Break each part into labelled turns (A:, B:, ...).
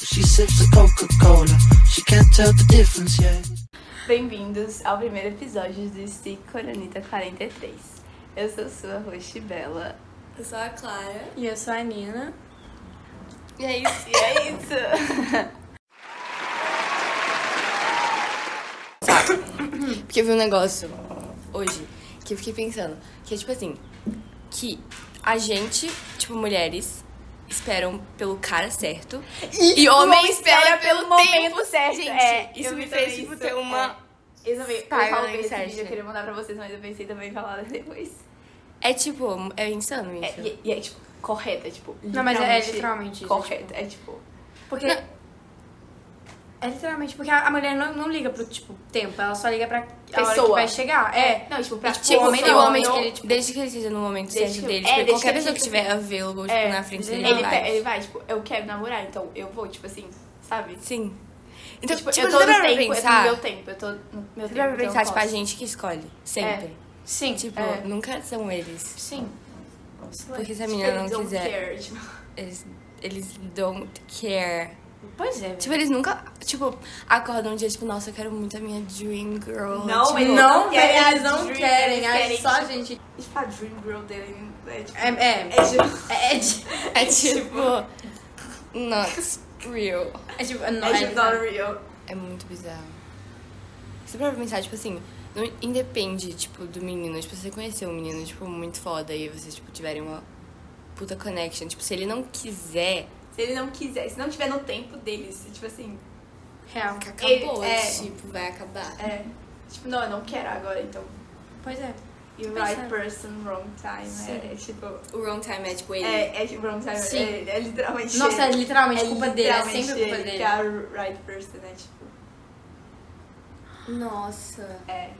A: sips of Coca-Cola. She can't tell the difference yet.
B: Bem-vindos ao primeiro episódio do SIC Coronita 43. Eu sou sua host Bela.
C: Eu sou a Clara.
D: E eu sou a Nina.
B: E é isso, e é isso.
D: Porque eu vi um negócio hoje que eu fiquei pensando, que é tipo assim, que a gente, tipo, mulheres, esperam pelo cara certo. E,
B: homem espera pelo tempo certo.
D: Gente,
B: É,
D: isso
B: eu
D: me
B: vi
D: fez,
B: também
D: tipo,
B: isso, É.
D: ter uma.
B: Eu também, eu
D: Tá, eu
B: falo
D: nem
B: desse
D: sei,
B: vídeo, eu
D: né?
B: queria mandar pra vocês, mas eu pensei também em falar depois.
D: É. tipo, é insano
B: É,
D: isso.
B: e, e é tipo, correta, é tipo.
E: Não, mas é literalmente isso,
B: Correta, é tipo.
E: Porque. É literalmente porque a a mulher não, não liga pro, tipo, tempo, ela só liga pra a hora que
B: Pessoa.
E: vai chegar. É.
B: Não, tipo, pra
D: Tipo,
E: homem
D: o
E: não,
D: homem,
E: não.
D: que ele, tipo, desde que ele seja no momento
B: Desde
D: certo
B: que-
D: dele,
B: é,
D: tipo,
B: desde
D: qualquer
B: que ele
D: pessoa que
B: fica-
D: tiver available, tipo,
B: É,
D: na frente dele,
B: ele,
D: vai.
B: pe- ele vai, tipo, eu quero namorar, então eu vou, tipo assim, sabe?
D: Sim. Então,
B: tipo,
D: tipo,
B: eu tô
D: você
B: no
D: pra
B: tempo,
D: pensar,
B: eu tô no meu tempo, eu tô no meu
D: você
B: tempo.
D: pra
B: então eu
D: pensar, tipo, a
B: posso.
D: gente que escolhe, sempre.
E: Sim.
D: Tipo,
B: É.
D: nunca são eles.
E: Sim.
D: Porque se a menina
B: Tipo, Eles
D: não
B: don't
D: quiser,
B: care, tipo.
D: eles, eles don't care.
E: Pois é.
D: Tipo, eles nunca, tipo, acordam um dia, tipo, nossa, eu quero muito a minha dream girl.
B: Não,
D: tipo,
B: eles
E: não
B: querem,
E: querem,
B: eles
E: eles não
B: dream,
E: querem,
B: eles
E: aí
B: querem,
E: só a
B: tipo,
E: gente.
B: Tipo, a dream girl dele é tipo.
E: É. É,
B: É, tipo,
E: é, é de-
D: é tipo, not real.
E: é tipo.
B: é, tipo not real.
D: É muito bizarro. Você pra pensar, tipo assim, não independe, tipo, do menino. Tipo, você conhecer um menino, tipo, muito foda e vocês, tipo, tiverem uma puta connection. Tipo, se ele não quiser,
B: Se ele não quiser, se não tiver no tempo dele, se, tipo assim,
E: Real.
D: acabou.
B: Ele- é.
D: Tipo, vai acabar.
B: é. Tipo, não, eu não quero agora, então.
E: Pois é.
B: E
E: Pois
B: right
E: é.
B: person, wrong time. É, é tipo.
D: O wrong time é, tipo, ele.
B: É, é tipo, wrong time.
E: Sim.
B: É, é literalmente.
E: Nossa, é
B: ele.
E: literalmente
B: É
E: culpa dele, é
B: literalmente
E: sempre culpa
B: ele
E: dele.
B: Que é a right person, é tipo.
D: Nossa.
B: É.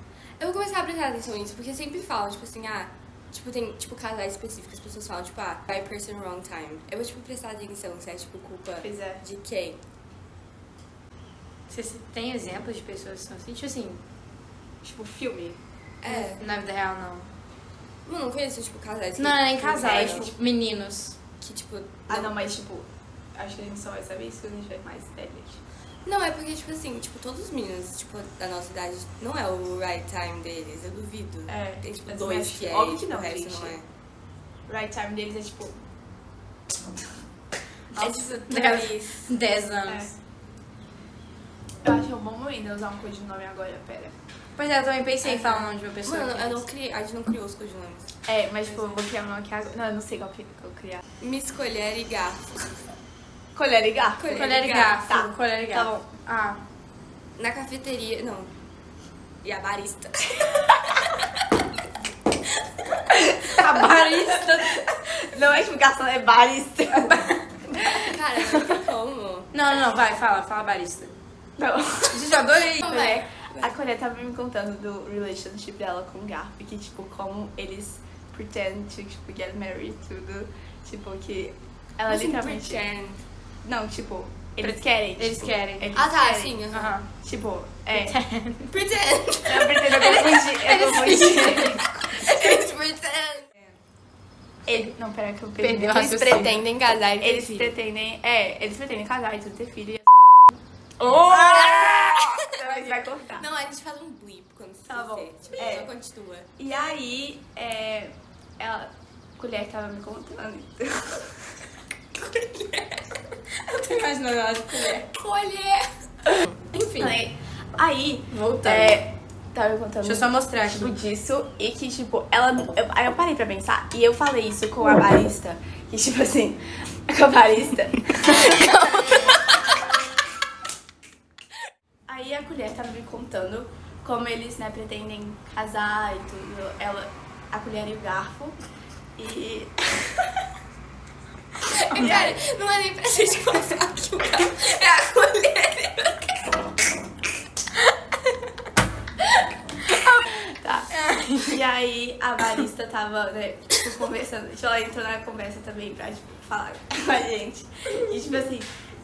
D: Eu vou começar a prestar atenção nisso, porque sempre falam, tipo assim, ah, tipo, tem, tipo, casais específicos, as pessoas falam, tipo, ah, by person, wrong time. Eu vou, tipo, prestar atenção se é, tipo, culpa
B: Pois é.
D: de quem.
E: Você se- tem exemplos de pessoas que são assim? Tipo assim,
B: Tipo, filme.
D: É.
E: na vida real não.
D: Eu não conheço, tipo, casais. que-
E: Não, não é nem
D: É,
E: casais,
D: tipo,
E: tipo, meninos.
D: que, tipo...
B: Ah, não, mas tipo. Acho que a gente só vai saber isso quando a gente vai mais velhas.
D: Não, é porque, tipo assim, tipo, todos os meninos, tipo, da nossa idade, não é o right time deles, eu duvido.
B: É,
D: Tem, tipo,
B: eu também
D: dois
B: acho
D: que
B: que-
D: é,
B: óbvio
D: e,
B: que
D: tipo,
B: não,
D: o resto
B: gente.
D: não é.
B: Right time deles é tipo.
D: É, tipo, não
E: Dela.
D: é isso.
E: 10 anos.
B: É. Eu acho que é um bom momento eu usar um codinome agora, pera.
E: Pois é, eu também pensei em falar o nome de uma pessoa.
D: Mano,
E: que-
D: eu não criei, a gente não criou os codinomes.
B: É, mas tipo, eu vou criar um nome aqui agora. Não, eu não sei qual que que eu vou criar.
D: Me escolher e garfo.
B: Colher e garfo.
D: Colher
E: Colher e garfo.
B: Tá.
E: Colher e
D: Tá
E: garfo.
B: bom.
E: Ah,
D: Na cafeteria, não. E a barista.
E: a barista.
B: Não é tipo garçom, é barista.
D: Cara, não tem como.
E: Não, não, não, vai, fala, fala barista.
B: Não.
E: Gente, eu adorei.
B: Como é? A Colher tava me contando do relationship dela com o Garp, que tipo, como eles pretend to tipo, get married tudo. Tipo, que ela
D: Assim,
B: literalmente.
D: pretend.
B: Não, tipo, eles querem.
E: Eles
B: tipo,
E: querem.
B: eles
D: Ah, tá,
B: querem.
D: sim. aham.
E: Aham.
B: Tipo, é.
D: Pretend.
B: Eu pretendo, eu confundi. Eu confundi.
D: Eles pretend.
B: Ele- não, pera que eu perdi.
E: Perdeu a
D: Eles pretendem casar e ter
B: Eles
D: filho.
B: pretendem. É, eles pretendem casar e tudo ter filho. E... Então, isso vai cortar.
D: Não, a gente faz um blip quando você
B: Tá bom.
D: disser. Tipo,
B: É.
F: Então,
D: só continua.
B: E aí, é, ela, a colher tava me contando.
E: Eu tô imaginando ela de
B: tipo, é.
E: colher.
D: Colher.
E: Enfim,
B: Aí, aí
E: voltando.
B: é, tava me contando
E: Deixa eu só mostrar
B: tipo,
E: aqui.
B: disso e que, tipo, ela. Eu, aí eu parei pra pensar e eu falei isso com a barista. Que, tipo assim, com a barista. aí a colher tava me contando como eles, né, pretendem casar e tudo. Ela, a colher e o garfo. E
D: Cara, não é nem pra gente contar que o cara é a colher.
B: Tá. E aí a barista tava, né, tipo, conversando. Tipo, ela entrou na conversa também pra, tipo, falar com a gente. E tipo assim,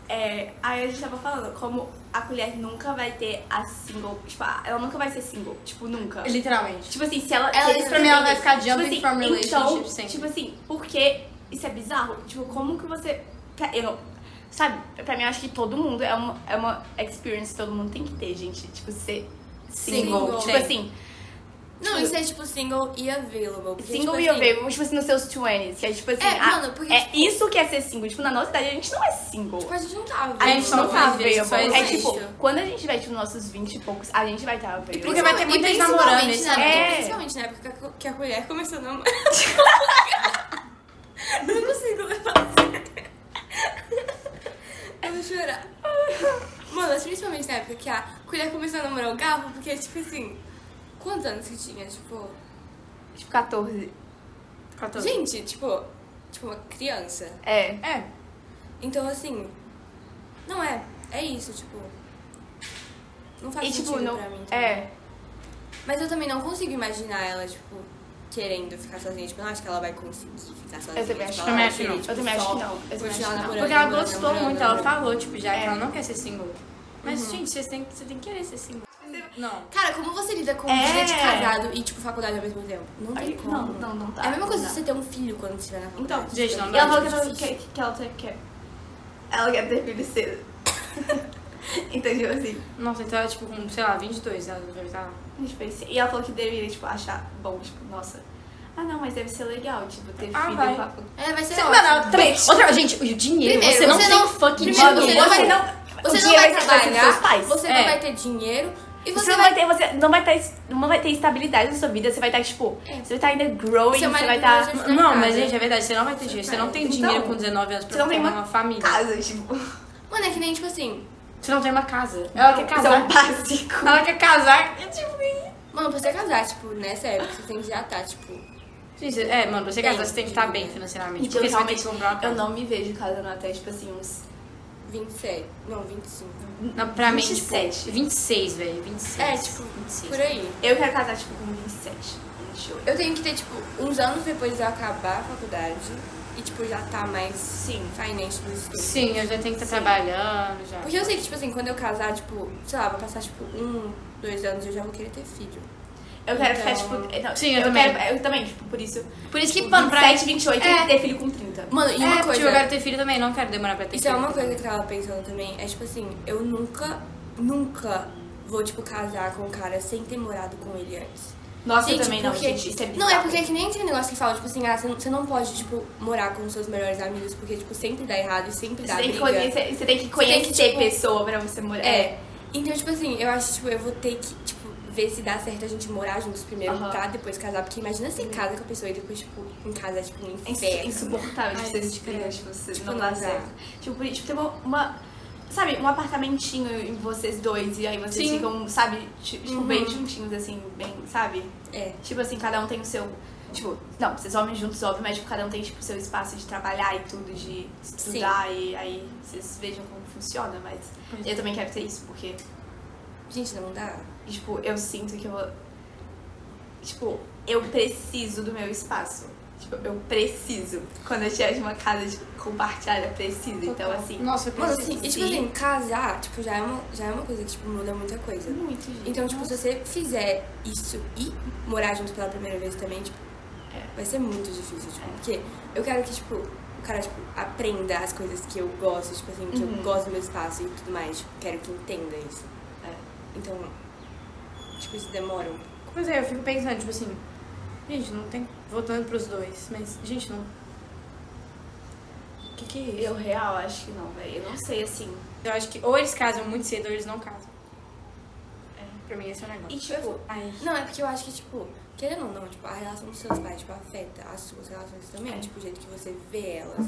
B: é, aí a gente tava falando como a colher nunca vai ter a single. Tipo, a- ela nunca vai ser single. Tipo, nunca.
E: Literalmente.
B: Tipo assim, se ela.
E: Ela
B: se
E: disse pra mim, ela vai ficar
B: tipo
E: jumping
B: assim,
E: from relationship
B: então,
E: sempre.
B: Tipo assim, porque isso é bizarro. Tipo, como que você. pra- Eu não. Sabe, pra mim eu acho que todo mundo é uma, é uma experience que todo mundo tem que ter, gente. Tipo, ser single.
F: Single.
B: Tipo
F: Tem.
B: assim,
F: Não, isso é tipo single e available. porque,
B: single
F: tipo,
B: e
F: assim,
B: available, tipo assim, nos seus 20s. Que é tipo assim,
F: É,
B: ah,
F: mano, porque,
B: é
F: tipo-
B: isso que é ser single. Tipo, na nossa idade a gente não é single.
F: Tipo, a gente não tá
B: A
F: available.
B: gente não
D: só
B: tá
D: vive, só
B: available. É
D: existe.
B: tipo, quando a gente vai, tipo, nos nossos 20 e poucos, a gente vai estar available.
E: Porque vai ter muita
F: E
E: gente namorando,
F: principalmente
D: né,
E: isso
F: na-
B: é.
F: e Principalmente na época que a- que a mulher começou a namorar. Eu não consigo fazer. Eu vou chorar. Mano, mas principalmente na época que a mulher começou a namorar o garfo, porque, tipo assim, quantos anos que tinha? Tipo,
B: Tipo, 14.
E: 14.
D: Gente, tipo, tipo uma criança.
B: É.
E: É.
D: Então, assim, não é. É isso, tipo. Não faz
B: E
D: sentido
B: tipo, não.
D: pra mim. tá ligado?
B: É.
D: Mas eu também não consigo imaginar ela, tipo, querendo ficar sozinha. Tipo, eu não acho que ela vai conseguir ficar sozinha.
B: Eu também
D: tipo,
B: acho que
D: ela vai
E: não.
D: querer,
E: Eu
D: tipo,
B: também acho que
D: só
B: não. Eu também
D: continuar
B: acho que não.
D: namorando,
E: Porque ela
D: namorando,
E: gostou
D: namorando,
E: muito, ela
D: namorando.
E: falou, tipo, já que ela não quer ser single. Mas,
D: Uhum.
E: gente, vocês têm, você tem que querer ser single. Não.
D: Cara, como você lida com
B: É.
D: vida de casado e, tipo, faculdade ao mesmo tempo? Não tem
B: Aí,
D: como.
B: não, não, não tá.
D: É a mesma coisa
B: Não.
D: se você ter um filho quando estiver na faculdade.
B: Então,
E: Gente, não
B: E ela
E: dá.
B: falou que ela, que, que ela tem- quer. Ela quer ter filho cedo. Entendeu assim?
E: Nossa, então ela, tipo, com, sei lá, 22, ela deve estar...
B: Tipo, esse- e ela falou que deveria, tipo, achar bom, tipo, nossa. Ah não, mas deve ser legal, tipo, ter
E: Ah,
B: filho
E: vai.
B: com a-
D: É, vai ser
E: Não,
D: ótimo.
E: não, também. Outra, gente, o dinheiro,
D: Primeiro,
E: você não
D: você
E: tem
D: não-
E: fucking
D: primeiro,
E: dinheiro.
D: você não vai-
B: o
D: Você não
B: dinheiro
D: vai
B: é que vai ser dos seus
D: trabalhar,
B: pais.
D: você
E: É.
D: não vai ter dinheiro e
B: Você,
D: você,
B: não vai ter, você não vai ter, não vai ter estabilidade na sua vida, você vai estar, tipo,
D: É.
B: você vai estar ainda growing,
D: Seu
B: você vai
D: marido
B: tá estar.
D: vai ser-
E: Não, mas, gente, é verdade, você não vai ter dinheiro. Você não tem
B: Então,
E: dinheiro com 19 anos pra
B: você não tem
E: formar
B: uma
E: uma família.
B: Casa, tipo,
D: Mano, é que nem, tipo assim...
E: Você não tem uma casa. Ela quer
B: isso é um
E: casar.
B: básico.
E: Ela quer casar. e, tipo,
D: Mano, pra você casar, tipo, nessa época, você tem que já estar, tipo...
E: Gente, é, mano, pra você
D: Tem tipo, é.
E: casar, você tem que estar bem financeiramente.
B: Gente, eu
E: Porque você vai ter que
B: Tipo, realmente,
E: comprar uma
B: eu não
E: casa.
B: me vejo casando até, tipo assim, uns
D: 27. Não, 25.
E: Não, pra mim,
B: 27.
E: tipo, 26, velho. 26.
D: É, tipo, por aí.
B: Eu quero casar, tipo, com 27, 28.
D: Eu tenho que ter, tipo, uns anos depois de eu acabar a faculdade e, tipo, já tá mais...
B: Sim.
D: Finance do estudo.
E: Sim, eu já tenho que estar trabalhando, já.
D: Porque eu sei que, tipo assim, quando eu casar, tipo... Sei lá, vai passar, tipo, um, dois anos eu já vou querer ter filho.
B: Eu quero ficar,
D: Então-
B: tipo. não,
E: Sim, eu também.
B: Quero, eu também, tipo, por isso.
E: Por isso que, mano, pra
B: 27, 28
E: É.
B: e ter filho com 30.
D: Mano, e
E: é,
D: uma
E: tipo,
D: coisa...
E: eu quero ter filho também, não quero demorar pra ter
D: Isso
E: filho.
D: é uma coisa que eu tava pensando também. É tipo assim, eu nunca, nunca vou, tipo, casar com um cara sem ter morado com ele antes.
B: Nossa,
D: Gente,
B: eu também não,
D: porque-
B: gente. Isso é bizarro.
D: Não, é porque é que nem aquele negócio que fala, tipo assim, ah, você não- você não pode, tipo, morar com os seus melhores amigos, porque, tipo, sempre dá errado e sempre
B: Você
D: dá
B: tem, que
D: briga.
B: conhecer, você tem que
D: tem
B: conhecer
D: que, tipo,
B: pessoa pra você morar.
D: É. Então, tipo assim, eu acho, tipo, eu vou ter que, tipo, ver se dá certo a gente morar juntos primeiro,
B: Aham.
D: pra depois casar. Porque imagina você casa com a pessoa e depois, tipo, em casa é, tipo, um
B: É insu-
D: inferno.
B: insuportável de
D: Ai,
B: vocês
D: gente,
B: criam, tipo, você
D: Tipo,
B: não
D: não
B: dá
D: dá.
B: certo. Tipo, por- tipo, tem uma, uma- Sabe, um apartamentinho em vocês dois, e aí vocês
E: Sim.
B: ficam, sabe, ti- tipo, bem juntinhos, assim, bem, sabe?
D: Uhum. É.
B: Tipo assim, cada um tem o seu. Tipo, não, vocês homens juntos, óbvio, mas tipo, cada um tem tipo, o seu espaço de trabalhar e tudo, de estudar, e aí vocês vejam como funciona, mas
D: é.
B: eu também quero ter isso, porque,
D: Gente, não dá.
B: tipo, eu sinto que eu vou. Tipo, eu preciso do meu espaço. Tipo, eu preciso. Quando eu tiver de uma casa de compartilhada, eu preciso. Então, assim.
E: Nossa, eu
D: Mano,
E: preciso.
D: assim, e, tipo
B: Sim.
D: assim, casar, tipo, já é uma, já é uma coisa que, tipo, muda muita coisa.
B: Muito, gente.
D: Então, tipo, se você fizer isso e morar junto pela primeira vez também, tipo,
B: É.
D: vai ser muito difícil, tipo, porque eu quero que, tipo, o cara, tipo, aprenda as coisas que eu gosto, tipo assim, que
B: Uhum.
D: eu gosto do meu espaço e tudo mais, tipo, quero que entenda isso.
B: É.
D: Então, tipo, isso demora um pouco.
E: Pois é, eu fico pensando, tipo assim, gente, não tem. Voltando pros dois, mas, gente, não. O que, que é isso?
B: eu real acho que não, velho. Eu não sei, assim.
E: Eu acho que ou eles casam muito cedo ou eles não casam. Pra mim esse é o negócio.
B: E, tipo,
E: Ai.
D: Não, é porque eu acho que, tipo, querendo ou não, tipo, a relação dos seus pais, tipo, afeta as suas relações também,
B: É.
D: tipo, o jeito que você vê elas.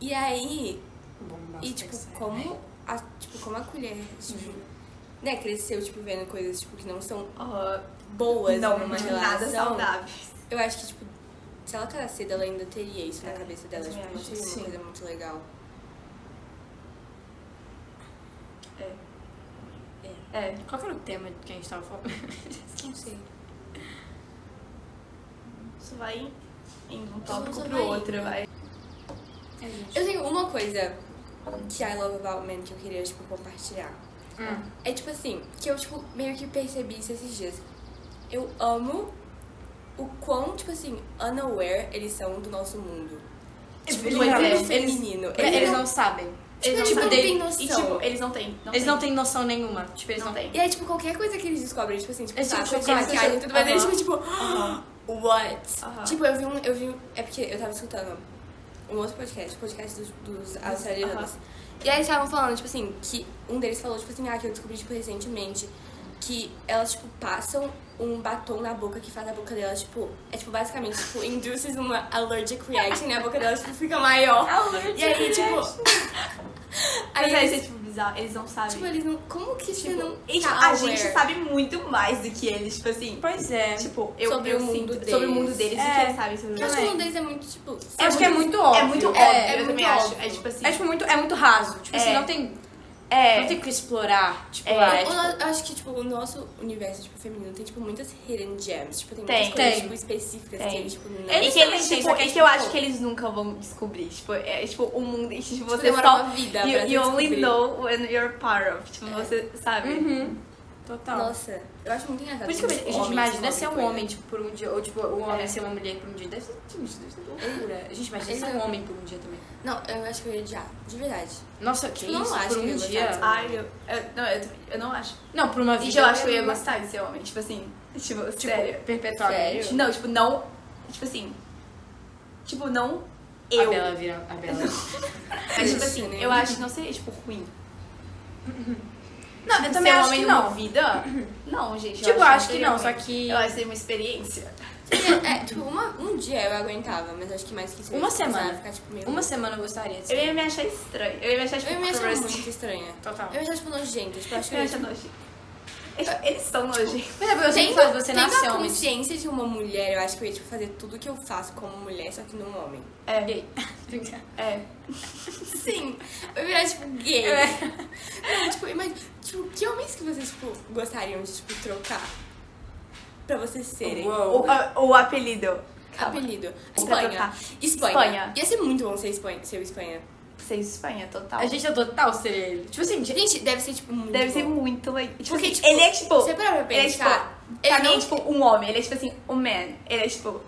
D: E aí,
E: Bomba,
D: E tipo,
B: É.
D: como a, tipo, como a colher, tipo, né, cresceu, tipo, vendo coisas tipo, que não são
B: ó,
D: boas
B: não,
D: numa
B: de
D: relação.
B: nada saudáveis.
D: Eu acho que, tipo, se ela casar cedo, ela ainda teria isso na cabeça dela,
B: É, eu
D: tipo,
B: também
D: não
B: acho,
D: seria
E: sim.
D: uma coisa muito legal.
B: É.
E: Qual que era o tema que a gente tava falando?
D: Não sei.
B: Isso vai indo um
D: Isso
B: tópico
D: vai
B: pro
D: indo.
B: outro, vai.
E: É, gente.
D: Eu tenho uma coisa que I Love About Men que eu queria, tipo, compartilhar.
E: Hum.
D: É tipo assim, que eu, tipo, meio que percebi isso esses dias. Eu amo o quão, tipo assim, unaware eles são do nosso mundo.
E: Tipo,
B: Pois
D: Tipo,
B: é,
E: literalmente,
D: do feminino.
E: Eles não sabem.
F: Tipo,
B: não
F: tipo, não
B: sabem.
F: tem
B: E
F: noção.
B: tipo, eles não têm. Não
E: Eles
B: têm.
E: não têm noção nenhuma. Tipo, eles
B: Não
E: não,
B: têm.
D: é,
F: E aí, tipo, qualquer coisa que eles descobrem, tipo assim, tipo,
E: Eles
F: tá,
E: ficam
F: coisa de
E: chocados.
F: maquiagem e tudo mais, eles
B: Aham.
F: ficam tipo, what?
B: Aham.
F: Tipo, eu vi um, eu vi um,
D: É porque eu tava escutando um outro podcast, podcast dos, dos australianos.
B: aham.
D: E aí eles estavam falando, tipo assim, que um deles falou, tipo assim, ah, que eu descobri, tipo, recentemente, que elas, tipo, passam um batom na boca que faz a boca delas, tipo, é tipo, basicamente, tipo, induces uma allergic reaction, né? A boca delas, tipo, fica maior.
B: Allergic
D: E aí, tipo.
B: Mas
D: Aí,
B: aí,
D: eles,
B: é tipo bizarro, eles não sabem.
D: tipo, eles não. Como que você
B: Tipo,
D: não.
B: e, tipo,
D: tá
B: a
D: aware?
B: gente sabe muito mais do que eles, tipo assim.
E: Pois é.
B: Tipo, eu,
D: Sobre
B: eu
D: o mundo
B: sinto-
D: deles.
B: sobre o mundo deles, o que
E: É.
B: eles sabem sobre o mundo
D: Eu acho que
E: também.
D: um deles é muito, tipo.
E: Eu acho que é muito
B: É
E: óbvio.
B: muito óbvio,
D: É, é
B: eu
D: muito
B: também acho. É
D: óbvio.
B: tipo assim.
E: É, tipo, muito, é muito raso. Tipo,
B: É.
E: assim, não tem,
B: é,
E: não tem o que explorar. Tipo,
B: É.
E: lá.
D: Eu,
E: é, tipo,
D: eu acho que, tipo, o nosso universo, tipo, feminino tem, tipo, muitas hidden gems. Tipo, tem,
B: Tem.
D: muitas coisas,
E: Tem.
D: tipo, específicas
B: Tem.
D: que eles, tipo, não...
B: É
E: Eles
B: que
E: também
B: eles,
E: têm,
B: tipo,
E: só que
B: é
E: é,
B: que eu
E: tipo-
B: acho que eles nunca vão descobrir. Tipo, é tipo o mundo. e, Tipo, você
D: demora
B: só.
D: uma vida
B: you
D: pra
B: you only
D: descobrir.
B: know when you're part of. Tipo, você sabe.
E: Uhum. Total.
D: Nossa, eu acho muito engraçado.
E: Por isso que eu,
D: tipo,
E: gente,
D: homens
E: imagina ser um
D: descobrem
E: homem, tipo, por um dia. Ou, tipo, um homem
B: É.
E: ser uma mulher por um dia. Deve ser, gente, deve ser loucura. Gente, imagina
D: Eles
E: ser um
B: é
D: não-
E: homem por um dia também.
D: coisas. Não, eu acho que eu ia odiar, de verdade.
E: Nossa, que
B: Tipo,
D: Eu não
E: isso?
D: acho
E: Por
D: que
E: um
D: eu ia
E: dia.
D: gostar
B: é Ai, eu, eu- não, eu, também- eu não acho.
E: Não, por uma vida.
B: E eu acho que eu ia gostar de ser homem. Tipo assim. Tipo,
E: Tipo,
B: sério.
E: perpetuamente.
B: Não, tipo, não. Tipo assim. Tipo, não
E: A
B: eu.
E: Bela vira. A Bela.
B: Mas, tipo assim,
D: Sim.
B: eu acho, não sei, tipo, ruim. Tipo,
E: Não, eu também
B: ser um
E: acho
B: homem
E: que
B: numa
E: não.
B: vida? Não, gente.
E: Tipo, eu acho que
B: seria
E: não, só
B: ruim.
E: que.
B: Eu acho que seria uma experiência.
D: Porque, é, tipo, uma, um dia eu aguentava, mas acho que mais que isso eu ia
E: Uma
D: começar a
E: semana.
D: Ficar, tipo, meio...
E: Uma semana eu gostaria de
B: Eu
E: ser.
B: ia me achar estranho. assim. Eu ia me achar, tipo,
D: Eu me achava
B: crusty.
D: muito estranha.
E: Total.
D: Eu me achava, tipo, nojenta. Tipo, eu acho que
B: Eu
D: eu
B: ia
D: ia,
B: achar
D: tipo,
B: nojento. Tipo, Eles- Eles são nojentos.
E: Mas é porque eu sempre
D: Tendo-
E: falo, você
D: tendo
E: nasceu
D: a
E: homem.
D: consciência de uma mulher, eu acho que eu ia, tipo, fazer tudo que eu faço como mulher, só que num homem.
B: É,
E: Gay. Brincadeira.
B: é.
D: Sim, eu ia virar, tipo, gay. Não, tipo, imagina, tipo, que homens que vocês, tipo, gostariam de, tipo, trocar pra vocês serem?
B: O, a- o apelido. Calma.
D: Apelido.
B: Pra
D: Espanha.
B: trocar.
D: Espanha.
B: Espanha.
D: Ia ser muito bom ser Espanha. Ser Espanha.
B: Ser é Espanha, total.
E: A gente é total seria ele. Tipo assim, gente.
D: Gente, deve ser, tipo, muito
B: Deve ser
D: bom.
B: é muito legal. Tipo,
D: Porque,
B: assim,
D: tipo,
B: ele é tipo.
D: Você para pra
B: Ele é tipo.
D: pensar...
B: Pra
D: ele
B: mim,
D: não,
B: é, tipo, um homem. Ele é tipo assim, um man. Ele é tipo.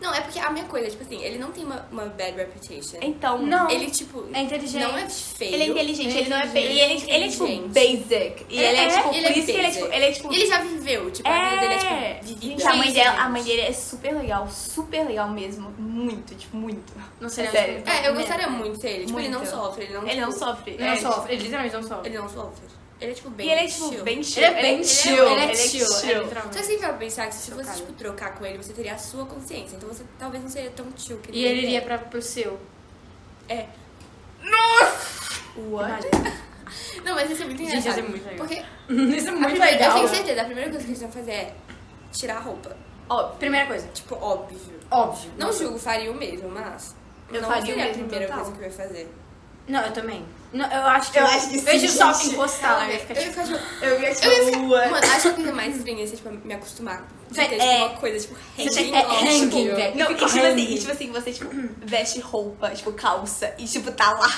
D: não, é porque a minha coisa, tipo assim, ele não tem uma, uma bad reputation.
B: Então.
E: Não.
D: Ele, tipo,
E: É inteligente.
D: não é feio.
B: Ele é inteligente,
E: Ele é
B: ele não é feio. E ele, ele é tipo
D: inteligente.
B: basic. E ele é,
D: É,
B: tipo.
D: ele é
B: por isso que ele é tipo.
D: basic.
B: Ele é tipo.
D: E ele já viveu, tipo, a vida dele é, tipo, vivida.
B: Gente, a mãe,
D: Sim,
B: dela,
D: gente.
B: a mãe dele é super legal, super legal mesmo. Muito, tipo, muito.
E: Não seria
B: É sério.
E: tipo,
D: É, eu
E: merda.
D: gostaria muito dele. Tipo, ele não
B: Muito.
D: sofre, ele não,
B: Ele não
D: tipo,
B: sofre. É,
E: Ele não sofre. É, Ele literalmente não sofre.
D: Ele não sofre. Ele é, tipo, bem
B: E ele é tipo
D: chill.
B: bem chill.
E: Ele é bem chill.
B: Ele é
E: chill. É,
B: chill.
D: Só que
E: literalmente.
D: você vai pensar que se
E: Chocada.
D: você, tipo, trocar com ele, você teria a sua consciência. Então você talvez não seria tão chill que
E: E ele
D: é.
E: iria pra, pro seu.
D: É.
B: tipo, What?
D: Não, mas isso é muito
E: Gente,
D: engraçado.
E: isso é muito legal.
D: Porque a
E: Isso é muito
D: primeira-
E: legal.
D: Eu tenho certeza, a primeira coisa que eles vão fazer é tirar a roupa.
B: Ó,
E: Primeira coisa,
D: Tipo, óbvio.
E: óbvio.
D: Não julgo, faria o mesmo, mas...
B: Eu
D: não
B: faria o
D: seria a
B: mesmo,
D: primeira
B: total.
D: coisa que eu ia fazer.
E: Não, eu também. Não, eu acho que
B: Eu acho que sim,
E: vejo só
B: gente.
E: encostar lá e ficar
D: Eu ia
E: tipo.
D: ficar, tipo,
B: eu ia tipo.
D: Eu ia ficar...
B: what?
D: Mano, acho que a coisa mais estranha é ser, tipo, me acostumar. Você ter, tipo,
B: É.
D: uma coisa, tipo,
B: Você tem
D: hanging
B: é,
D: off,
E: hanging,
D: tipo,
E: velho.
B: Não, e tipo
E: Fica
B: assim,
E: horrível.
B: e, tipo assim, você tipo, veste roupa, tipo, calça, e tipo, tá lá.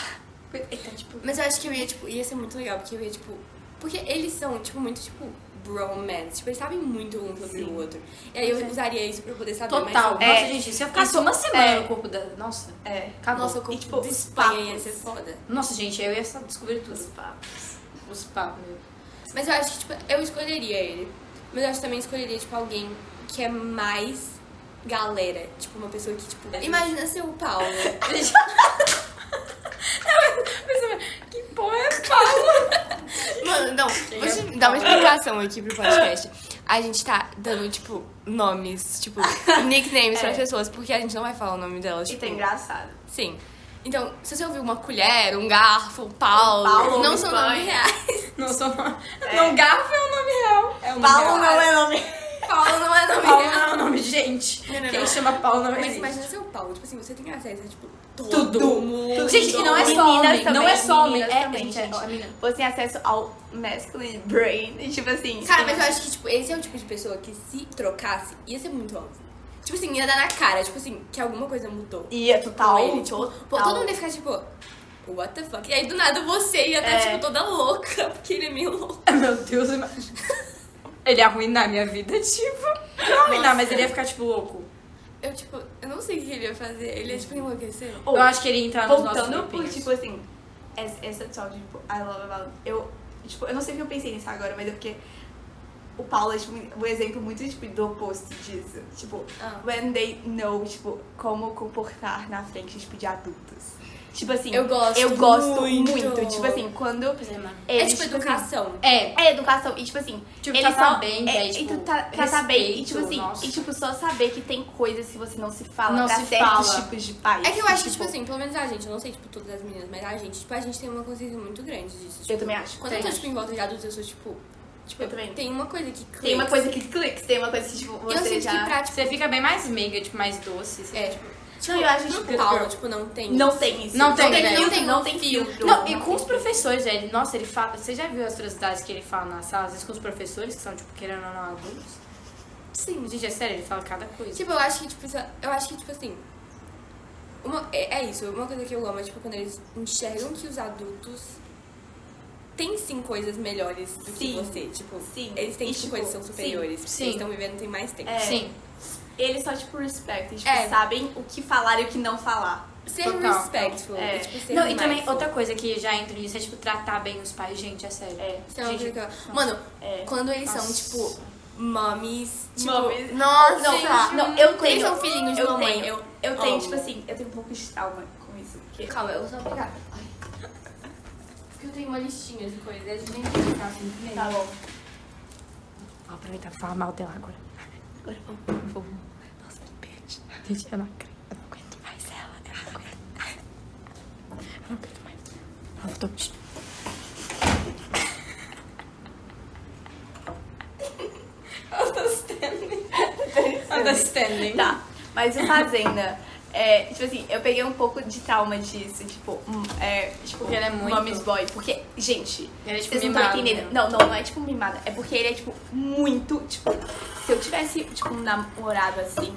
E: Eita, tipo.
D: Mas eu acho que eu ia, tipo, ia ser muito legal, porque eu ia, tipo. Porque eles são, tipo, muito, tipo, bromance. Tipo, eles sabem muito um sobre o outro. E aí eu usaria isso pra eu poder saber
E: Total.
D: mais.
E: "Ah, Nossa,
D: sobre-
B: É.
E: gente, se eu ficasse uma semana
B: É.
E: no corpo da. Nossa.
B: É.
E: Acabou.
D: Nossa, o
B: E,
D: corpo
B: tipo,
D: de
B: os
D: Espanha ia
B: papos.
D: ser foda.
E: Nossa, gente, eu ia só descobrir tudo.
B: papos.
E: Os papos, meu.
D: Mas eu acho que, tipo, eu escolheria ele. Mas eu acho que também escolheria, tipo, alguém que é mais galera. Tipo, uma pessoa que, tipo.
B: É
D: Imagina ser o Paulo.
E: Que porra é Paulo?
F: Mano, não, vou te dar uma explicação aqui pro podcast. A gente tá dando, tipo, nomes, tipo, nicknames
E: É.
F: pras pessoas, porque a gente não vai falar o nome delas.
B: E
F: Tipo,
B: tá engraçado.
F: Sim. Então, se você ouvir uma colher, um garfo, um pau,
B: Um pau, um
F: não são nomes
B: pão.
F: reais.
E: Não sou nome.
B: É.
E: Não, Garfo é o nome real. É o nome
B: Paulo
E: real.
B: não é nome.
D: um Paulo não é nome
E: Paulo
D: real.
E: não é o nome, gente.
D: Não, não,
E: Quem
D: não.
E: chama Paulo não é
D: Mas
E: existe.
D: imagina ser o Paulo. Tipo assim, você tem acesso a, tipo, todo
E: Tudo.
D: mundo.
E: Gente, e não é só
B: Meninas
E: homem. Não é
B: também,
E: só homem.
B: meninas
E: É,
B: também,
E: gente,
B: gente.
E: é menina.
B: Você tem acesso ao masculine brain. E, tipo assim.
D: Cara, mas eu acho que, tipo, esse é o tipo de pessoa que se trocasse, ia ser muito óbvio. Tipo assim, ia dar na cara, tipo assim, que alguma coisa mudou.
B: Ia total.
D: Com ele, tipo, Pô, todo mundo
B: total.
D: ia ficar, tipo, what the fuck? E aí, do nada, você ia estar,
B: É.
D: tipo, toda louca, porque ele é meio louco.
E: Meu Deus, ima- ele ia arruinar minha vida, tipo. Não arruinar, mas ele ia ficar, tipo, louco.
D: Eu, tipo, eu não sei o que ele ia fazer. Ele ia, tipo, enlouquecer.
B: Ou,
E: eu acho que ele ia entrar nos nossos
B: Voltando por,
E: grupinhos.
B: tipo assim, essa, essa song, tipo, I Love About... Eu, tipo, eu não sei o que eu pensei nisso agora, mas é porque o Paulo é, tipo, um exemplo muito, tipo, do oposto disso. Tipo,
D: Ah.
B: when they know, tipo, como comportar na frente, tipo, de adultos. Tipo assim,
D: Eu gosto
B: eu gosto
D: muito.
B: muito. Tipo assim, quando...
D: É
B: eles,
D: tipo
B: assim,
D: educação.
E: É.
B: é educação. E tipo assim,
E: Tipo,
B: eles
E: tratar
B: só-
E: bem,
B: é,
E: véi,
B: e
E: tipo,
B: tu tá- tratar bem. E tipo
E: respeito,
B: assim,
E: nossa.
B: e tipo, só saber que tem coisas que você não se fala
E: Não
B: pra
E: se
B: certos
E: fala.
B: tipos de pais.
D: É que eu acho que, tipo assim, pelo menos a gente, eu não sei, tipo, todas as meninas, mas a gente, tipo, a gente tem uma consciência muito grande disso. Tipo,
B: também acho.
D: Quando eu tô,
E: Também
D: tipo, em volta de adultos, eu sou, tipo, tipo,
B: Eu também.
D: tem uma coisa que clica.
B: Tem uma coisa que clica, tem uma coisa que, tipo,
D: Eu
B: você
D: sinto
B: já.
D: que pra, tipo,
E: Você fica bem mais meiga, tipo, mais doce. Você
D: é,
E: tipo,
D: tipo,
B: Não, eu acho
D: no
B: que
D: Paulo, tipo, não tem.
B: não
D: isso.
B: tem isso.
E: Não tem,
B: não tem
E: velho.
B: filtro,
E: Não
D: tem,
B: não
D: não
B: tem
D: tem
B: filtro.
E: Não, e com os professores, velho. Nossa, ele fala. Você já viu as atrocidades que ele fala na sala? Às vezes com os professores, que são, tipo, querendo ou não, adultos.
D: Sim.
E: Gente, é sério, ele fala cada coisa.
D: Tipo, eu acho que, tipo, isso- eu acho que, tipo, assim, uma, é, é isso, uma coisa que eu amo é, tipo, quando eles enxergam que os adultos têm, sim, coisas melhores do que
B: Sim.
D: você, tipo...
B: Sim.
D: Eles têm,
B: E,
D: tipo, coisas que são
B: sim.
D: superiores. porque
E: Sim.
D: Eles estão vivendo tem mais tempo.
B: É.
E: Sim.
B: Eles só, tipo, respeitam. Tipo,
D: É.
B: sabem o que falar e o que não falar.
D: Ser
E: Total.
D: respectful.
B: É.
D: e, tipo, ser
E: Não, e também
D: mindful.
E: outra coisa que já entra nisso é, tipo, tratar bem os pais. Gente, é sério.
B: É.
D: Isso é uma
E: Gente,
D: coisa que eu- Mano,
B: É.
D: quando eles
E: nossa.
D: são, tipo, mummies, tipo...
B: Mummies.
D: Nossa,
B: Não,
D: gente,
B: não, eu
D: Quando eles
B: tenho-
D: são filhinhos de
B: eu
D: mamãe,
B: tenho-
D: eu...
B: Eu tenho,
D: amo.
B: tipo assim, eu tenho um pouco de trauma com isso. Porque
D: Calma, eu vou só pegar. Ai. Porque eu tenho uma listinha de coisas, a gente nem tem tá assim primeiro.
B: tá bom.
E: Vou aproveitar pra falar mal dela agora. Agora vamos. Vou. Nossa, que perde. Gente, eu não acredito. Eu não aguento mais ela. Eu não aguento. Eu não aguento mais. Ela voltou. tá Understanding.
B: Tá, mas o Fazenda, é, tipo assim, eu peguei um pouco de trauma disso, tipo, hum, é, tipo,
E: Porque ele é muito-
B: mommy's boy, porque, gente,
E: Ele é, tipo,
B: vocês não estão
E: mimado
B: entendendo.
E: mesmo.
B: Não, não, não é tipo mimada, é porque ele é, tipo, muito, tipo, se eu tivesse, tipo, um namorado assim,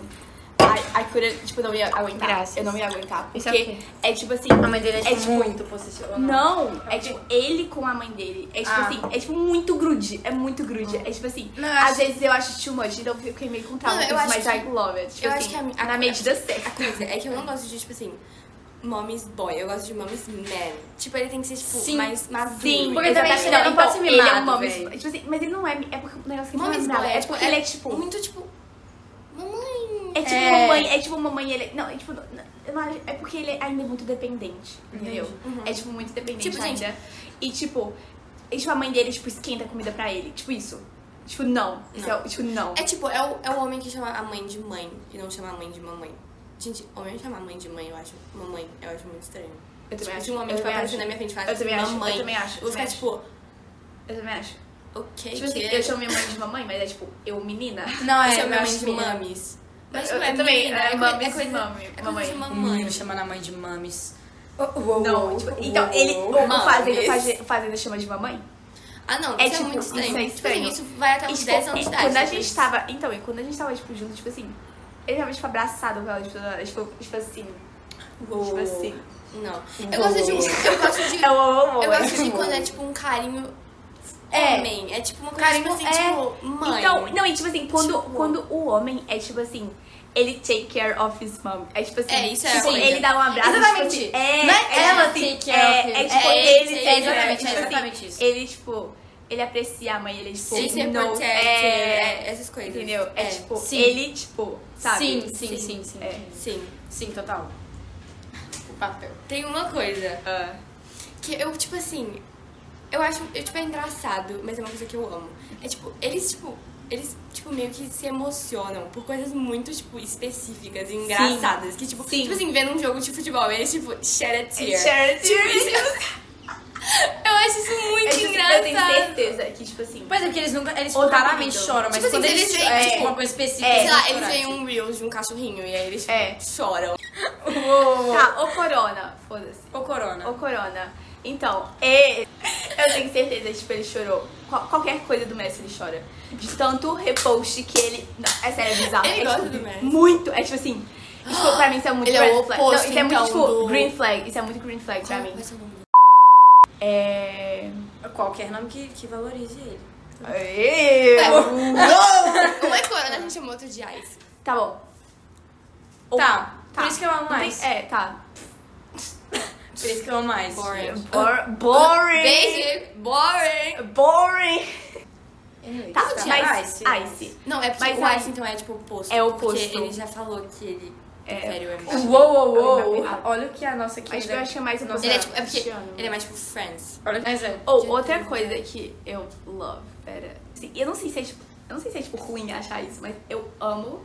B: a, a cura, tipo, eu não ia aguentar,
E: Graças.
B: eu não ia aguentar,
E: Isso é o
B: porque
E: quê?
B: é, tipo assim,
E: A mãe dele é, tipo, muito possessiva. né?
B: não, é tipo ele com a mãe dele. É tipo
E: Ah.
B: assim, é tipo muito grude. É muito grude. É tipo assim,
D: Não, eu
B: às
D: acho-
B: vezes eu acho too much, então eu fiquei meio com trauma
D: Não,
B: com
D: eu
B: isso,
D: acho
B: mas
D: que-
B: I love it. Tipo
D: eu
B: assim,
D: acho que é a mi- a-
B: na medida
D: A
B: certa.
D: coisa é que eu não gosto de, tipo assim, mommy's boy, eu gosto de mommy's man. Tipo, ele tem que ser, tipo,
E: Sim.
D: mais maduro. tá
B: Sim,
E: Porque também
B: exatamente.
E: ele não pode ser
B: Ele é um
E: mimado,
B: mommy's-
E: véi.
B: tipo assim, mas ele não é. mi- É porque o negócio que ele não é
D: Mommy's
B: nada.
D: boy
B: É tipo, ele é tipo.
D: muito, tipo, mamãe.
B: É tipo
E: É.
B: mamãe, é tipo mamãe, ele. Não, é tipo. não- eu não acho- é porque ele ainda é muito dependente, entendeu? É tipo muito dependente
D: Uhum, Tipo, gente-
B: ainda. E tipo, e, tipo, a mãe dele, tipo, esquenta a comida pra ele. Tipo isso. Tipo, não. Isso é, tipo, não.
D: É tipo, é o, é o homem que chama a mãe de mãe e não chama a mãe de mamãe. Gente, homem chama a mãe de mãe, eu acho. Mamãe, eu acho muito estranho.
B: Eu também
D: tipo,
B: acho.
D: se um homem
B: eu
D: ficar
B: também acho.
D: aparecendo na minha frente e falar assim,
B: Eu também acho, eu
D: mamãe,
B: também acho, eu
D: eu vou ficar
B: também
D: tipo,
B: Eu também acho.
D: ok,
B: Tipo assim,
D: É que
B: eu chamo minha mãe de mamãe, mas é tipo, eu menina.
E: Não,
D: eu
E: é.
D: chamo minha mãe de
E: menina.
D: mames. Mas
B: eu,
D: não é
B: eu também,
D: menina,
B: é,
D: coisa-
B: mames,
D: coisa-
B: mami,
D: é coisa
B: mamãe.
D: de mamãe.
E: Mãe, chamando a mãe de mames.
B: Não, tipo,
D: um
B: então, ele, o, o
D: Mames.
B: fazenda, o Fazenda- o Fazenda chama de mamãe?
D: Ah, não,
B: É,
D: isso
B: tipo,
D: é muito
B: isso
D: estranho.
B: é
D: Tipo
B: estranho.
D: assim, isso vai até
B: E,
D: uns
B: tipo,
D: 10 anos
B: é,
D: de idade.
B: Quando a
D: talvez.
B: gente tava, então, e quando a gente tava, tipo, junto, tipo assim, ele tava, tipo, abraçado com ela, tipo, ela- tipo, tipo assim, tipo assim.
D: Não. Eu gosto de. Oh. um, Eu gosto de.
B: É o amor.
D: Eu gosto de quando é tipo um carinho.
B: É.
D: Homem. É tipo uma coisa
B: Carinho,
D: tipo, assim,
B: é.
D: tipo, mãe.
B: Então, não, e tipo assim, quando,
D: Tipo-
B: quando o homem é tipo assim, ele take care of his mom. É tipo assim,
D: É, isso é
B: tipo,
D: horrível.
B: ele dá um abraço.
E: Exatamente.
B: Tipo, assim, é,
E: Não é
B: ela
E: ela
B: assim,
E: take care
B: é,
E: of
B: é,
E: his-
B: tipo
D: é,
B: ele
D: é,
B: take
D: é
B: care.
E: exatamente,
B: tipo
E: é exatamente
B: assim,
E: isso.
B: Ele, tipo, ele aprecia a mãe, ele, tipo,
D: Sim, ser
B: não,
D: protector,
B: é,
D: é, essas coisas.
B: entendeu? É, tipo,
E: sim.
B: ele, tipo, sabe?
E: Sim, sim, sim, sim.
B: É.
D: Sim.
E: Sim, total. O papel.
D: Tem uma coisa
B: Ah,
D: que eu, tipo assim. Eu acho. Eu, tipo, é engraçado, mas é uma coisa que eu amo. É tipo, eles, tipo. Eles, tipo, meio que se emocionam por coisas muito, tipo, específicas e engraçadas. Que, tipo,
B: Sim.
D: tipo assim, vendo um jogo de futebol, eles, tipo, shed a tear.
B: Charity.
D: Eu acho isso muito engraçado.
B: É tipo, Eu tenho certeza que, tipo assim,
E: Mas é que eles nunca. Eles
B: Ou tá
E: raramente
B: bonito.
E: choram, mas
D: Tipo assim,
E: quando
D: se
E: eles
D: eles
E: choram,
D: veem,
E: é, tipo
D: tipo,
E: uma coisa específica.
D: Sei lá,
E: vão
D: eles
E: chorar.
D: veem um Reels de um cachorrinho e aí eles tipo,
B: É.
D: choram.
B: tá, o corona, foda-se.
E: Ou corona.
B: Ô, Corona, então, e- eu tenho certeza, tipo, ele chorou. Qual- qualquer coisa do Messi ele chora. De tanto repost que ele. Não, é sério, é bizarro.
D: Ele
B: é,
D: gosta
B: tipo,
D: do Messi.
B: Muito, é tipo assim. e, Tipo, pra mim isso é muito
D: Ele é o
B: red flag. Não,
D: oposto,
B: isso é muito,
D: então,
B: tipo,
D: do-
B: green flag. Isso é muito green flag pra mim.
D: Mas eu não-
B: É.
E: Qualquer nome que, que valorize ele.
B: Eu.
D: Um é corona, a gente chamou outro de ice.
B: Tá bom. Ou- Tá,
E: Tá, por isso que eu
D: é,
E: amo
B: é, Não tem-
E: mais.
B: É, tá.
E: Por isso que eu amo mais.
D: Boring.
B: É, Bor- boring!
D: Basic, boring.
B: Boring!
E: Tá,
B: Tá,
E: tinha
B: mas
E: mais.
B: Ice.
D: Não, é porque
B: Mas
D: o
B: aí-
D: Ice, então, é tipo o oposto.
B: É o oposto. É.
D: Porque ele já falou que ele prefere o
B: Uou,
D: emoji.
B: uou, uou.
G: Olha o que a nossa
B: Acho que eu
G: querida...
B: acho que é mais nossa.
D: Ele é, tipo, é porque
B: Cristiano.
D: ele é mais tipo Friends.
G: Olha o que-
B: Ou outra coisa que eu love, pera. Assim, eu não sei se é tipo. Eu não sei se é tipo ruim achar isso, mas eu amo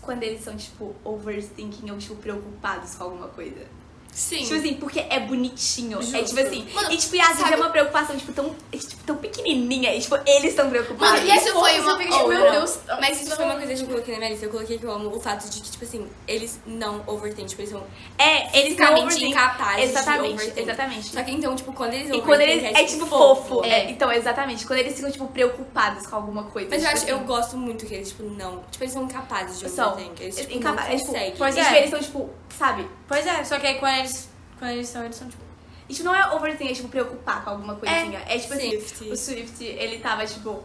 B: quando eles são, tipo, overthinking ou, tipo, preocupados com alguma coisa.
D: Sim.
B: Tipo assim, porque é bonitinho. É tipo assim.
D: Mano,
B: e tipo, e às vezes
D: sabe-
B: é uma preocupação, tipo, tão, é, tipo, tão pequenininha. E tipo, eles estão preocupados.
D: Mano, e isso
G: Ou
D: foi
G: você
D: uma.
G: fica, tipo,
D: ou
G: meu
D: não.
G: Deus,
D: Mas isso
G: não.
D: foi uma coisa que eu coloquei na minha lista. Eu coloquei que eu amo o fato de que, tipo assim, eles não overthinking. Tipo, eles são
B: É, eles são
D: fisicamente
B: overthinking.
D: incapazes de
B: Exatamente,
D: overthinking.
B: exatamente.
D: Só que então, tipo, quando eles
B: E quando eles.
D: overthinking,
B: É tipo fofo.
D: É.
B: É, então, exatamente. Quando eles ficam, tipo, preocupados com alguma coisa.
D: Mas eu
B: tipo
D: acho, eu
B: assim.
D: gosto muito que eles, tipo, não. Tipo, eles são incapazes de
B: são
D: overthinking. Eles, tipo,
B: incapazes.
D: não
B: eles, tipo,
D: conseguem.
B: pois
D: E,
B: é.
D: tipo,
B: eles são, tipo, sabe?
G: Pois é, só que aí quando eles...
E: Quando eles são, eles são tipo.
B: E, tipo, não é overthinking, é tipo preocupar com alguma coisinha. É, tipo assim,
D: Swift.
B: o Swift, ele tava, tipo.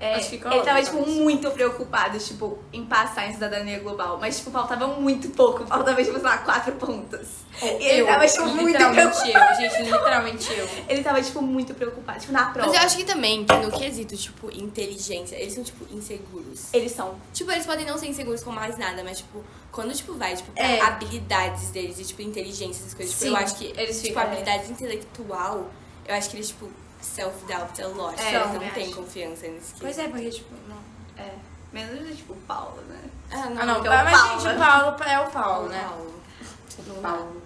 B: é,
E: Acho que
B: ele
E: coloca,
B: tava, tipo,
E: talvez.
B: muito preocupado, tipo, em passar em cidadania global. Mas, tipo, faltava muito pouco. Faltava, tipo, sei lá, quatro pontos. e ele
E: É, eu,
B: tava, tipo, muito preocupado.
E: Literalmente eu, gente, literalmente eu.
B: Ele tava, tipo, muito preocupado. Tipo, na prova.
D: Mas eu acho que também, que no quesito, tipo, inteligência, eles são, tipo, inseguros.
B: Eles são.
D: Tipo, eles podem não ser inseguros com mais nada, mas, tipo, quando, tipo, vai, tipo, pra
E: É.
D: habilidades deles e, tipo, inteligência, essas coisas, tipo, eu
E: Sim,
D: acho que,
E: eles
D: tipo,
E: ficam, é.
D: habilidade intelectual, eu acho que eles, tipo, self-doubt a lot.
B: É,
D: eles
B: eu
D: não
B: também
D: têm
B: acho.
D: confiança nisso. que-
E: Pois é, porque, tipo, não.
B: É. Menos, tipo, Paulo, né?
D: Ah, não.
E: Ah, não.
B: Então,
E: ah, mas,
B: Paulo.
E: gente, o Paulo é o Paulo,
D: Paulo,
E: né?
D: Paulo. Não,
E: Paulo.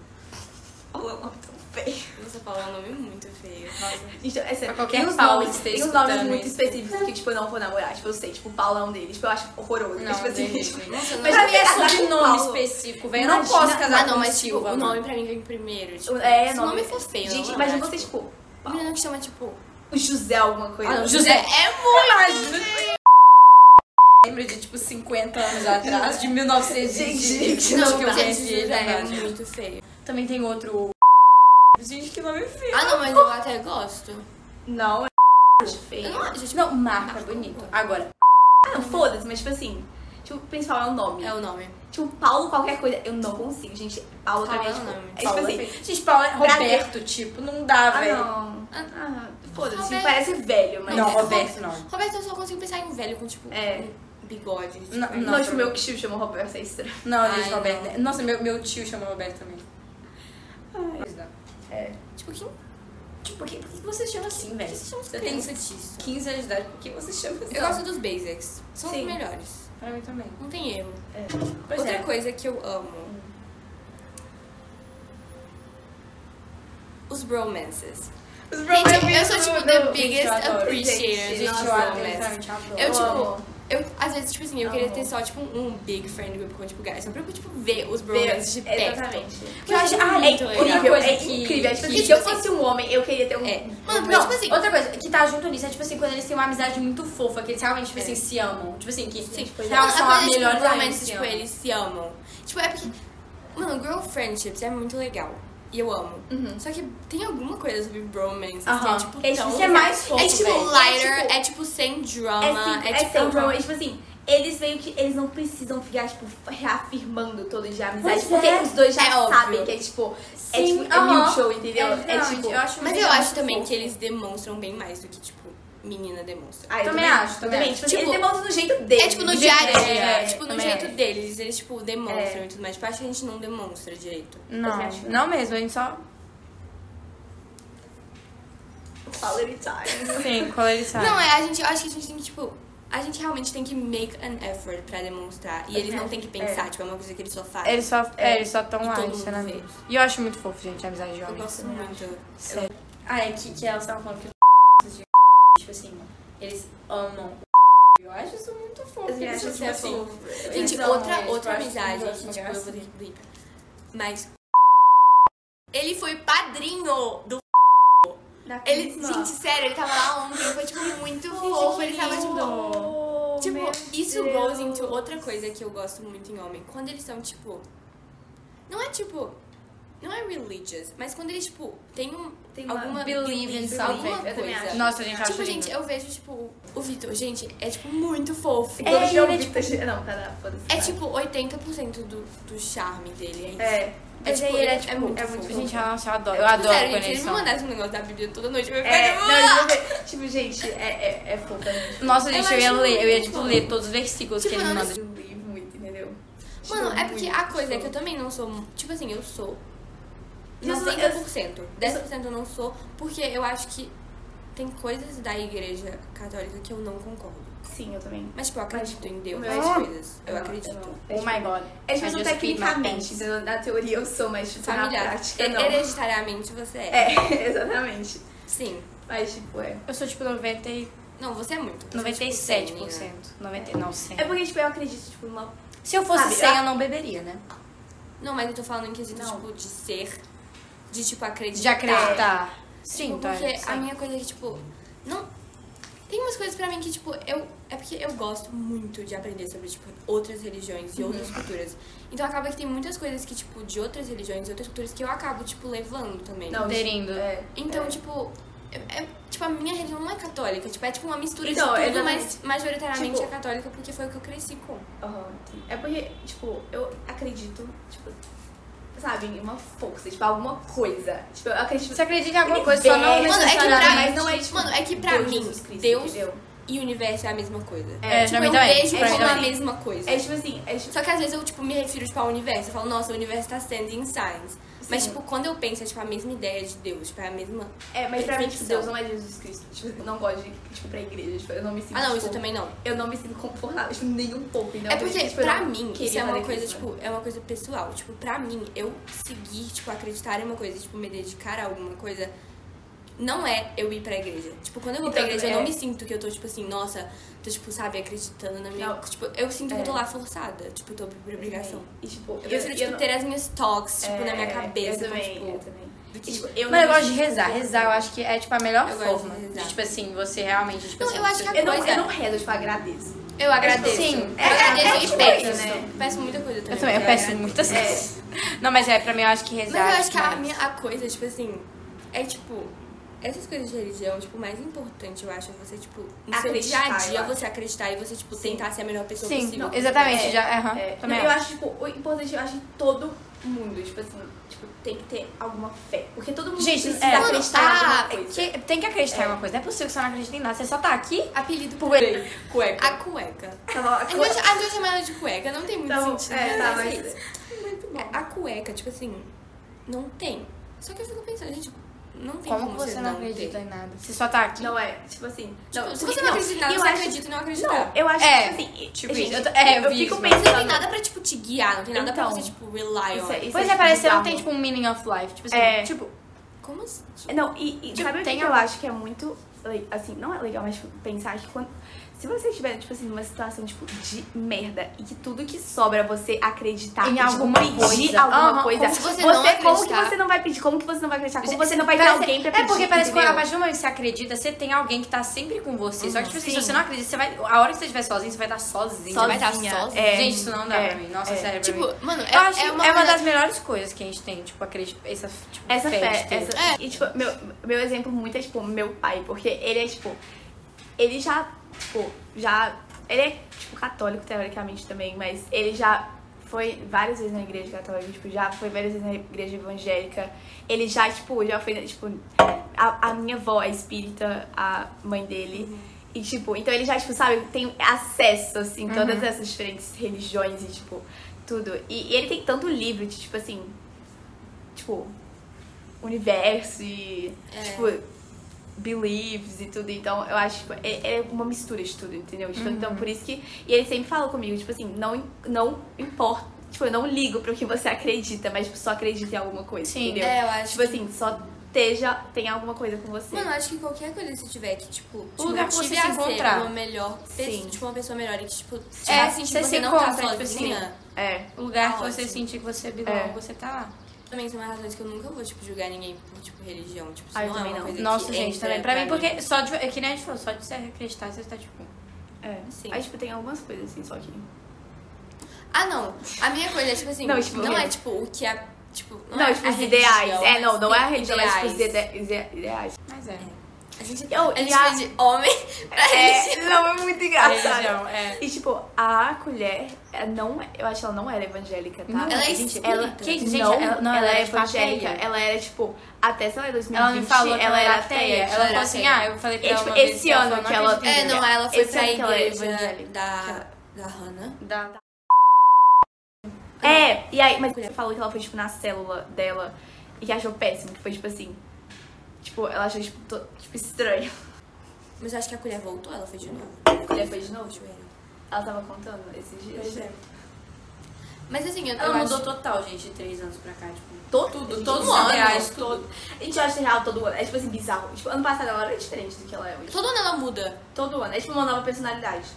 B: Paulo é um nome tão feio.
D: Nossa, Paulo é um nome muito feio. Nossa.
B: Gente, é sério.
E: Pra qualquer
B: tem uns
E: Paulo
B: nomes,
E: que esteja
B: tem uns nomes
E: escutando
B: muito
E: isso.
B: específicos que, tipo, eu não vou namorar. Tipo, eu sei, tipo, Paulo é um deles. Tipo, eu acho horroroso.
E: Não,
B: tipo assim,
E: delírio.
B: tipo,
D: Nossa,
B: Mas
E: pra mim é
B: casar com
E: sobrenome
B: Paulo.
E: específico, velho. Eu
B: Não
E: não posso
B: posso
E: casar
D: ah, não,
E: com
D: mas, tipo,
E: Silva.
D: o
E: mano.
D: nome pra mim vem primeiro. Tipo,
B: É,
D: se o
B: nome-
D: nome for feio,
B: Gente,
D: não,
B: imagina
D: não,
B: você, tipo,
D: Um menino que chama, tipo...
B: o José alguma coisa. assim.
E: Ah, não,
D: José
E: José
D: é muito...
E: Lembra de, tipo, 50 anos atrás, de 1900
B: Gente,
E: de-
B: gente,
E: não,
B: não
E: tipo, que eu
B: dá.
E: conheci ele,
D: José é
E: né?
D: muito feio.
E: Também tem outro... Gente, que nome feio.
D: Ah, não, mas eu até gosto.
B: Não, é feio.
D: Eu não acho, tipo,
E: Não, marca, é bonito. Agora,
B: Ah, não, foda-se, mas tipo assim. Tipo, o principal é o nome.
D: é o nome.
B: Tipo, Paulo, qualquer coisa. Eu não consigo, gente. Paulo também é
D: Paulo
B: tipo.
D: é o nome.
B: É
E: Paulo
B: tipo
E: é
B: assim.
E: feio. Gente, Paulo é
B: Brasil.
E: Roberto, tipo, não dá,
B: Ah,
E: velho.
B: não. Ah, foda-se.
D: Roberto.
B: Parece velho, mas.
E: Não,
D: Roberto.
E: Roberto não.
D: Roberto, eu só consigo pensar em um velho com, tipo,
B: É.
D: um bigode. tipo,
E: Não,
B: Não,
E: não,
B: tipo, meu tio chamou Roberto, é estranho.
E: Não, gente,
D: Ai,
E: Roberto. é,
D: não.
E: Nossa, meu, meu tio chama Roberto também.
B: É.
D: Tipo, quem,
E: Tipo, por que, por que você chama assim,
D: quem
E: velho?
D: se chama
E: Você tem
D: criança disso?
E: 15 anos de idade, por que você chama assim?
D: Eu gosto dos basics. São
B: Sim.
D: os melhores.
E: Pra mim também.
D: Não tem erro.
E: Pois
D: Outra
E: é.
D: coisa que eu amo. Os bromances.
E: Os
D: Gente, eu sou tipo the
E: Gente,
D: biggest
E: eu adoro.
D: appreciator
E: Gente,
D: de
E: eu adoro,
D: bromances.
E: literalmente, adoro.
D: Eu,
B: Amo.
D: tipo, eu, às vezes, tipo assim, eu queria
E: Amo.
D: ter só, tipo, um big friend group com, tipo, guys. Só pra eu, tipo, ver os bromances de tipo. perto.
B: Exatamente.
D: Que eu acho, ah,
B: É
D: muito legal.
B: incrível,
E: coisa
B: é
E: que-
B: incrível. É, tipo,
D: que,
B: assim, se
D: tipo
B: eu fosse um homem, eu queria ter um.
D: É. Mano,
E: Não,
D: mas, tipo assim,
E: outra coisa que tá junto nisso é tipo assim, quando eles têm uma amizade muito fofa, que eles realmente, tipo
D: É.
E: assim, se amam. Tipo assim, que
D: Sim,
E: tipo,
D: a
E: elas são
D: coisa,
E: a
D: tipo,
E: melhor assim,
D: realmente,
E: se
D: tipo,
E: amam.
D: eles se amam. Tipo, é porque. Mano, girl friendships é muito legal. E eu amo. Só que tem alguma coisa sobre bromance que é
E: Aham.
D: tipo
E: É, tipo,
D: tão.
E: que é mais fofo,
D: É tipo
E: velho.
D: lighter,
B: É,
D: é
B: tipo-
D: tipo, sem drama.
B: É, sim, é,
D: tipo,
B: sem drama. E, tipo assim, eles meio que. Eles não precisam ficar, tipo, reafirmando todo dia a amizade.
E: Pois
B: porque
E: é.
B: os dois já
D: É óbvio.
B: sabem que é tipo. é
E: Sim,
B: tipo, é
E: aham.
B: mutual, entendeu?
E: É,
B: É,
E: realmente,
B: tipo.
E: eu acho
D: Mas
E: muito
D: eu acho
E: fofo.
D: também que eles demonstram bem mais do que, tipo, menina demonstra.
B: Ah, eu
E: Também acho, também acho.
B: Tipo, assim,
D: Tipo,
B: eles demonstram no jeito deles.
D: É tipo no
B: do
D: diário,
B: jeito
D: dele,
B: deles.
D: né? tipo no
B: é, também
D: jeito
B: acho.
D: deles, eles tipo demonstram
B: É.
D: e tudo mais. Tipo, acho que a gente não demonstra direito.
B: Também
E: Não,
B: acho.
E: não mesmo, a gente só.
B: Quality time.
E: Sim, quando eles sabem.
D: Não, é, a gente, eu acho que a gente tem que, tipo, a gente realmente tem que make an effort pra demonstrar. E eles não tem que pensar, tipo, é uma coisa que eles só fazem.
E: Eles só, é, eles só tão
D: E
E: lá,
D: todo mundo
E: sinceramente. E eu acho muito fofo, gente, a amizade de
D: Eu
E: homens.
D: gosto muito.
E: Sério. Ah, é que, que elas estavam falando que os de tipo assim, eles amam Eu acho isso muito fofo.
B: Eu
E: eles
B: acho
E: são,
B: isso
E: tipo assim.
D: fofo.
E: eles
D: Gente,
E: amam,
D: outra,
E: eles
D: outra
E: gostam,
D: amizade
E: gostam,
D: que, tipo, eu vou
E: gostam.
D: ter que blipar. Mas. Ele foi padrinho do. Ele, gente, sério, ele tava lá ontem, foi, tipo, muito fofo. Ele tava, tipo.
B: Oh,
D: Tipo, isso goes into outra coisa que eu gosto muito em homem. Quando eles são, tipo. Não é tipo. Não é religious, mas quando eles, tipo, tem um.
B: Tem uma
D: alguma
B: belief,
D: belief,
B: belief,
D: alguma
B: eu também
D: coisa.
B: acho.
E: Nossa, gente, eu acho
D: Tipo, gente, eu vejo, tipo, o Vitor, gente, é tipo muito fofo.
B: É,
D: tipo,
B: ele é tipo. Não, cara, foda-se.
D: É tipo 80% do, do charme dele, é isso.
B: É.
D: Mas
E: tipo,
D: aí
E: ele
D: é,
E: é, tipo,
D: é muito
E: é muito
D: fofo. É tipo,
E: Gente, nossa, eu adoro. Eu adoro
D: Sério, gente, se eles me
E: conexão.
D: mandassem um negócio da Bíblia toda noite, eu ia ficar
B: É,
D: tipo,
B: não, eles vão ver. Tipo, gente, é, é, é fofa.
E: Nossa,
D: Eu
E: gente, eu, ia
D: acho
E: ler, eu ia,
D: muito
E: tipo,
D: bom.
E: ler todos os versículos
D: é Tipo,
E: que ele
D: não,
E: me
D: não
E: manda.
B: Eu li muito, entendeu? Tipo,
D: Mano, é porque a
B: muito,
D: coisa é que eu
B: tipo,
D: também não sou. mu- Tipo assim, eu sou. um
B: Eu sou-
D: 90%. 10% eu não sou, porque eu acho que tem coisas da igreja católica que eu não concordo.
B: Sim, eu também.
D: Mas, tipo, eu acredito em Deus,
B: meu
D: nas
B: é-
D: coisas. Eu
B: Não,
D: acredito.
B: não.
E: Oh my god.
B: É tipo, eu
E: I
B: sou
E: just beat my
B: tecnicamente,
E: pants.
B: entendeu? na teoria eu sou, mas tipo, na
D: Familiar. é-
B: prática não.
D: Hereditariamente você é.
B: É, exatamente.
D: Sim.
B: Mas tipo, é.
E: Eu sou, tipo, 90, e-
D: Não, você é muito. Você é, tipo,
E: 97%.
D: cem, né?
E: 90, não, 100.
B: É porque, tipo, eu acredito, tipo, numa.
E: Se eu fosse
B: Sabe,
E: 100,
B: eu-
E: eu não beberia, né?
D: Não, mas eu tô falando em quesito,
B: Não.
D: tipo, de ser. De, tipo, acreditar.
E: De acreditar. Sim,
D: Tipo,
B: tá,
E: então
D: porque
E: é
D: a
E: 100.
D: minha coisa é que, tipo, não. Tem umas coisas pra mim que, tipo, eu. É porque eu gosto muito de aprender sobre, tipo, outras religiões e
B: Uhum.
D: outras culturas. Então acaba que tem muitas coisas que, tipo, de outras religiões e outras culturas que eu acabo, tipo, levando também.
B: Não,
E: Aderindo.
B: tipo, é.
D: Então, tipo. É, é- tipo, a minha religião não é católica. Tipo, é tipo uma mistura
B: Então,
D: de tudo,
B: exatamente.
D: mas majoritariamente
B: Tipo-
D: é católica porque foi o que eu cresci com.
B: Aham, sim. É porque, tipo, eu acredito, tipo, sabe, em uma força, tipo, alguma coisa. Tipo, eu acredito.
E: Você acredita em alguma coisa, só não
B: Universo.
D: Mano, é que pra,
E: necessariamente.
B: mas não é, tipo,
D: mano, é que pra
B: Deus,
D: mim,
B: Jesus Cristo,
D: Deus
B: entendeu?
D: e universo é a mesma coisa.
E: É,
D: tipo,
E: pra mim
D: eu
E: também.
D: vejo
E: Pra mim
D: como a
E: também.
D: mesma coisa.
B: É tipo assim, é tipo.
D: Só que às vezes eu, tipo, me refiro, tipo, ao universo. Eu falo, nossa, o universo tá sendo em science. Mas,
B: Sim.
D: tipo, quando eu penso, é, tipo, a mesma ideia de Deus. Tipo, é a mesma...
B: É, mas pra mim, tipo,
D: Perfeição.
B: Deus não é Jesus Cristo. Tipo, eu não gosto de, tipo, pra igreja. Tipo, eu não me sinto.
D: Ah, não,
B: tipo,
D: isso também não.
B: Eu não me sinto confortável, tipo, nem um pouco. entendeu?
D: é porque,
B: tipo, eu
D: pra
B: não
D: mim,
B: queria
D: isso é uma
B: fazer
D: coisa,
B: isso,
D: tipo, é uma coisa pessoal. Tipo, pra mim, eu seguir, tipo, acreditar em uma coisa, tipo, me dedicar a alguma coisa, não é eu ir pra igreja. Tipo, quando eu vou pra
B: Então,
D: igreja, eu
B: é.
D: não me sinto que eu tô, tipo, assim, nossa, tô, tipo, sabe, acreditando na minha...
B: Não.
D: Tipo, eu sinto que eu tô
B: É.
D: lá forçada. Tipo, eu tô por obrigação.
B: E, tipo,
D: Eu prefiro, tipo,
B: não-
D: ter as minhas talks, tipo, na minha
B: É,
D: cabeça.
B: Eu também,
D: então,
B: eu
D: tipo,
B: também.
D: do
B: E,
D: que-
B: tipo, eu
E: Mano,
B: não
E: eu
B: me
E: gosto de
B: sinto
E: rezar. Rezar eu acho que é, tipo, a melhor
D: Eu gosto de
E: forma.
D: rezar.
E: De, tipo assim, você realmente, tipo
D: Não,
E: assim,
D: eu acho
E: você-
D: que a
B: Eu não,
D: coisa-
B: eu não rezo, tipo, agradeço.
D: Eu é- agradeço.
E: Sim.
D: eu agradeço
B: tipo
D: e peço.
B: isso, né?
D: Peço muita coisa também.
E: Eu também, eu
D: porque
E: peço
D: agradeço.
E: muitas coisas. Não, mas é, pra mim eu acho que
D: Mas
E: rezar.
D: eu acho que a,
E: mais.
D: minha, a coisa, tipo assim, é tipo. Essas coisas de religião, tipo, o mais importante, eu acho, é você, tipo, no seu dia
B: Acreditar,
D: a
B: eu
D: dia,
B: acho.
D: você acreditar e você, tipo,
B: Sim.
D: tentar ser a melhor pessoa
E: Sim,
D: possível.
E: não, exatamente.
B: É,
E: já, aham,
B: É,
E: Ah, também
B: não, eu acho, tipo, o importante, eu acho que todo mundo, tipo assim, tipo, tem que ter alguma fé. Porque todo mundo
E: Gente,
B: precisa
E: é.
B: acreditar em
E: Ah,
B: alguma coisa.
E: que- tem que acreditar em alguma coisa. Não é possível que você não acredite em nada. Você só tá aqui.
D: Apelido
E: Por-
D: por
B: Cueca.
D: A cueca.
B: Tá bom, a
D: A gente
B: cueca.
D: a gente vai chamar ela de cueca, não tem muito
B: Então,
D: sentido.
B: é,
D: né?
B: tá,
D: Mas é
B: mas...
D: isso. É, A cueca, tipo assim, não tem. Só que eu fico pensando, gente, não tem como,
E: Como que você não acredita
D: ter.
E: em nada? Você só tá aqui.
B: Não é, tipo assim...
D: Tipo,
B: não,
D: se
B: porque-
D: você não acredita em nada,
B: eu
D: você
B: acho-
D: acredita e não acreditar.
B: Não, eu acho
E: É,
B: que, tipo assim...
E: tipo
B: gente,
E: isso, eu tô- é, eu
B: eu
E: vi
B: fico
E: isso,
D: Mas
E: mas-
D: não tem
B: pensando...
D: nada pra, tipo, te guiar, não tem nada pra
B: Então,
D: você, tipo, rely on.
B: Isso é- isso
E: Pois
B: é,
E: é, parece que você
B: bizarro.
E: não tem, tipo, um meaning of life. Tipo assim,
B: É.
E: tipo,
D: Como assim?
B: Não, e, e
E: Tipo,
B: sabe o que
E: tem
B: que eu
E: algum-
B: acho que é muito. le- Assim, não é legal, mas tipo, pensar que quando. Se você estiver, tipo assim, numa situação, tipo, de merda e que tudo que sobra é você acreditar
E: Em
B: e, tipo,
E: alguma
B: pedir
E: coisa.
B: alguma
E: Aham,
B: coisa.
D: como se você não
B: como que
D: acreditar.
B: você não vai pedir? Como que você não vai acreditar? Como você não vai ter
E: parece-
B: alguém pra
E: É
B: pedir?
E: porque parece que a
B: entendeu?
E: partir do momento que você acredita, você tem alguém que tá sempre com você. Só que, tipo assim,
B: Sim.
E: se você não acredita, você vai, a hora que você estiver sozinho, você vai estar sozinho. Você vai estar
D: Sozinha,
E: sozinho.
B: é.
E: Gente, isso não dá
B: É,
E: pra mim. Nossa,
B: é.
E: sério. pra
D: Tipo,
E: mim.
D: mano, é,
E: eu acho
D: é
E: que
D: uma,
E: é uma
D: coisa-
E: das melhores coisas que a gente tem, tipo, acreditar. Essa, tipo,
B: Essa fé,
E: de ter.
B: essa- E, tipo, meu, meu exemplo muito é, tipo, meu pai, porque ele é, tipo, ele já, tipo, já, ele é, tipo, católico, teoricamente, também, mas ele já foi várias vezes na igreja católica, tipo, já foi várias vezes na igreja evangélica, ele já, tipo, já foi, tipo, a, a minha avó é espírita, a mãe dele, e, tipo, então ele já, tipo, sabe, tem acesso, assim, todas essas diferentes religiões e, tipo, tudo. E, e ele tem tanto livro de, tipo, assim, tipo, universo e,
D: É.
B: tipo, believes e tudo. Então, eu acho, tipo, é, é uma mistura de tudo, entendeu? Tipo,
D: Uhum.
B: então, por isso que... E ele sempre fala comigo, tipo assim, não, im- não importa, tipo, eu não ligo pro que você acredita, mas, tipo, só acredita em alguma coisa,
E: Sim,
B: entendeu?
D: É, eu acho.
B: Tipo assim, só esteja, tem alguma coisa com você.
D: Mano, eu acho que qualquer coisa que você tiver que, tipo, te
E: lugar que
D: motive
E: você se
D: a ser
E: encontrar.
D: uma melhor pessoa,
B: Sim.
D: tipo, uma pessoa melhor e que, tipo, te
E: É,
D: faz sentir
E: você
D: que
E: se
D: você não tá
E: encontra, tipo
D: sozinha.
B: é.
E: O lugar
D: Tá
E: que você
D: ótimo.
E: sentir que você belong,
B: É.
E: você tá lá.
D: Também são umas razões que eu nunca vou, tipo, julgar ninguém por, tipo, religião. Tipo, isso
B: Ah, eu
D: não é
B: também
D: uma
B: não.
D: coisa
E: Nossa,
D: que
E: gente,
D: entra
E: também. Pra mim, porque só de. É que nem a gente falou, só de você acreditar, você tá tipo.
B: É.
D: Sim.
B: Aí, tipo, tem algumas coisas assim, só que.
D: Ah, não. A minha coisa é, tipo assim,
B: Não,
D: não,
B: tipo,
D: é,
B: é.
D: tipo, o que é, tipo...
B: Não,
D: é
B: tipo,
D: a
B: os ideais.
D: religião,
B: É, não,
D: mas
B: não é a
D: tem
B: religião, mas tipo, os
D: ideais.
B: ide- ide- ideais.
E: Mas é.
D: A gente,
B: Eu-
D: a
B: e
D: gente
B: a-
D: foi de homem pra
B: É,
D: religião.
B: não é muito engraçado.
E: Religião, é.
B: E tipo, a colher, é, não, eu acho que ela não era evangélica, tá?
D: Não, ela é
B: gente,
D: espírita.
B: ela,
E: Gente, gente,
B: não,
E: ela-
B: ela,
E: não, ela
B: era
E: é
B: evangélica.
E: ateia.
B: Ela era tipo, até sei lá, 2020,
E: Ela me falou que
B: ela era ateia.
E: Ela falou
D: era
E: assim,
D: ateia.
E: ah, eu falei pra
B: E,
E: ela
B: tipo,
E: uma vez
B: esse
E: que ela
B: ano
E: falou,
B: que
E: não
B: ela-
E: acredito.
D: É, não, ela foi
B: Esse
D: pra
B: é aquela
D: igreja
B: evangélica.
D: da, da Hannah.
E: Da-
B: É, e aí, mas você falou que ela foi, tipo, na célula dela e que achou péssimo, que foi, tipo, assim, tipo, ela achou, tipo, to- tipo, estranho.
D: Mas eu acho que a colher voltou, ela foi de novo.
B: A colher foi de novo?
D: Joelho.
B: Ela tava contando esses dias.
D: Mas assim, eu, eu
H: Ela mudou
D: acho...
H: total, gente, de três anos pra cá, tipo.
B: Todo,
H: Tudo,
B: gente, é
H: todos
B: todo
H: os
B: ano.
H: ideais, tudo.
B: A gente acha real todo ano. É, tipo, assim, bizarro. Tipo, ano passado ela era diferente do que ela é hoje.
D: Todo ano ela muda.
B: Todo ano. É, tipo, uma nova personalidade.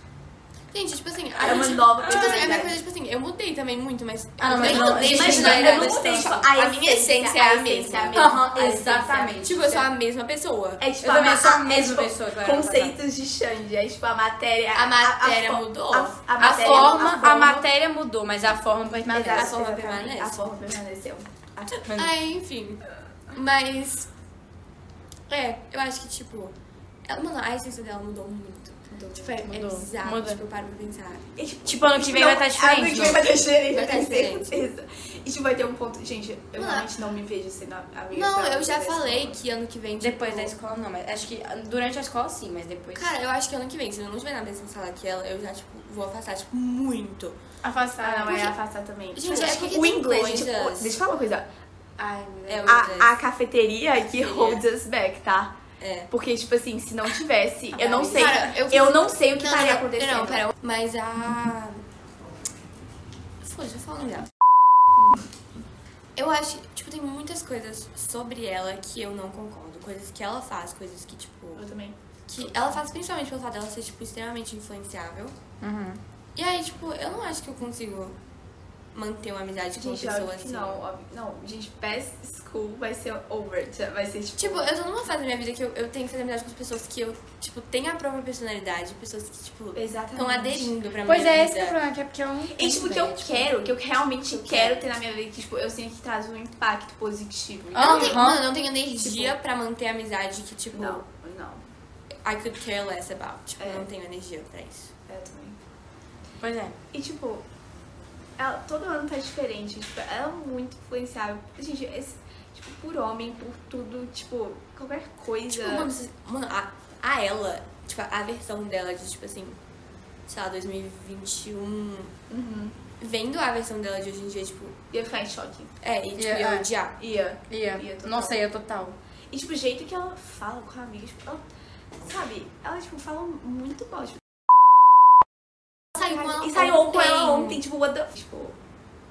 D: Gente, tipo assim, a
B: É uma
D: gente-
B: nova
D: Tipo assim, a minha
B: personalidade.
D: coisa, tipo assim, eu mudei também muito, mas.
E: Ah, não, mas
D: eu
E: não,
D: mudei,
E: gente,
D: mas
E: não,
D: não era
E: eu
B: não
D: dessa
B: mudei, tipo,
D: história.
B: a
D: a minha essência é a mesma.
H: Aham,
B: A essência é a
H: exatamente.
D: Tipo, eu sou a mesma pessoa.
B: É tipo
H: Eu também
B: ma-
H: sou a
B: é,
H: mesma
B: tipo,
H: pessoa que eu era
B: Conceitos de Xande. É tipo a matéria.
D: A matéria
B: fo-
D: mudou.
B: A,
E: A
B: matéria-
E: forma, a
B: forma-
E: matéria mudou, mas a forma permanece.
B: Exato,
D: a forma
B: exatamente.
D: permanece.
B: A forma permaneceu. A-
D: Aí, enfim. Mas. É, eu acho que, tipo. Ela, mano, a essência dela mudou muito. Tipo, é, é
E: Mudou.
D: bizarro.
E: Muda.
D: Tipo, eu paro pra pensar.
B: e, tipo,
E: Tipo, ano que vem
B: não,
E: vai estar
B: Ano que
E: diferente.
B: vem vai estar diferente,
D: Vai
B: eu
D: tá
B: tenho
D: diferente.
B: certeza. E tipo, vai ter um ponto. Gente, eu
D: Não,
B: realmente não me vejo sendo a amiga.
D: Não,
B: da-
D: eu já
B: da
D: falei
B: escola.
D: que ano que vem. Tipo,
E: Depois da escola, não, mas acho que durante a escola sim, mas depois.
D: Cara, eu acho que ano que vem, se eu não tiver na mesma sala que ela, eu já, tipo, vou afastar, tipo, muito.
B: Ah,
E: Afastar,
B: não, é afastar também.
D: Gente,
B: Mas,
D: é
B: tipo,
D: porque
B: o
D: tem é.
B: inglês,
D: coisas-
B: tipo, deixa eu falar uma coisa.
E: Ai, meu Deus.
D: É, o
B: A, a
D: inglês.
B: cafeteria que holds us back, tá?
D: É. Ah,
B: Porque, tipo assim, se não tivesse, eu não sei.
D: Cara,
B: eu,
D: eu-
B: não sei o que
D: Não,
B: estaria
D: não,
B: acontecendo.
E: né?
D: Não, pera. Mas a. Foda, já falo dela. um Eu acho, tipo, tem muitas coisas sobre ela que eu não concordo. Coisas que ela faz, coisas que, tipo.
B: Eu também.
D: Que ela faz principalmente pelo fato dela ser, tipo, extremamente influenciável.
E: Uhum.
D: E aí, tipo, eu não acho que eu consigo manter uma amizade com uma
B: Gente,
D: pessoa
B: óbvio que
D: assim.
B: não, óbvio. Não, gente, best school vai ser over. já Vai ser tipo.
D: Tipo, eu tô numa fase da minha vida que eu, eu tenho que fazer amizade com as pessoas que eu, tipo, tenho a própria personalidade. Pessoas que, tipo,
B: Exatamente.
D: estão aderindo pra
E: Pois
D: minha vida.
E: é, esse que é o problema, que é porque eu não.
B: E tipo, que eu quero, que eu realmente
D: Eu
B: quero,
D: quero.
B: ter na minha vida, que tipo, eu sinto que traz um impacto positivo.
D: Eu não tenho,
E: Aham.
D: mano, eu não tenho energia pra manter a amizade que, tipo,
B: Não, não.
D: I could care less about. Tipo,
B: É.
D: eu não tenho energia pra isso.
B: Eu também.
E: Pois é.
B: E tipo, ela, todo ano tá diferente. Tipo, ela é muito influenciável. Gente, esse, tipo, por homem, por tudo, tipo, qualquer coisa.
D: Tipo, mano, vocês- mano, a, a ela, tipo, a versão dela de, tipo assim, sei lá, 2021.
B: Uhum.
D: Vendo a versão dela de hoje em dia, tipo,
B: Ia ficar em choque.
D: é, e tipo,
E: Yeah,
D: eu
E: é.
D: odiar.
B: Ia.
E: Ia.
B: Ia total.
E: Nossa, ia total.
B: E tipo, o jeito que ela fala com a amiga, tipo, ela, sabe, ela tipo, fala muito mal. Tipo,
D: Saiu com ela
B: e saiu com
D: ontem.
B: ela ontem, tipo, what the... Tipo,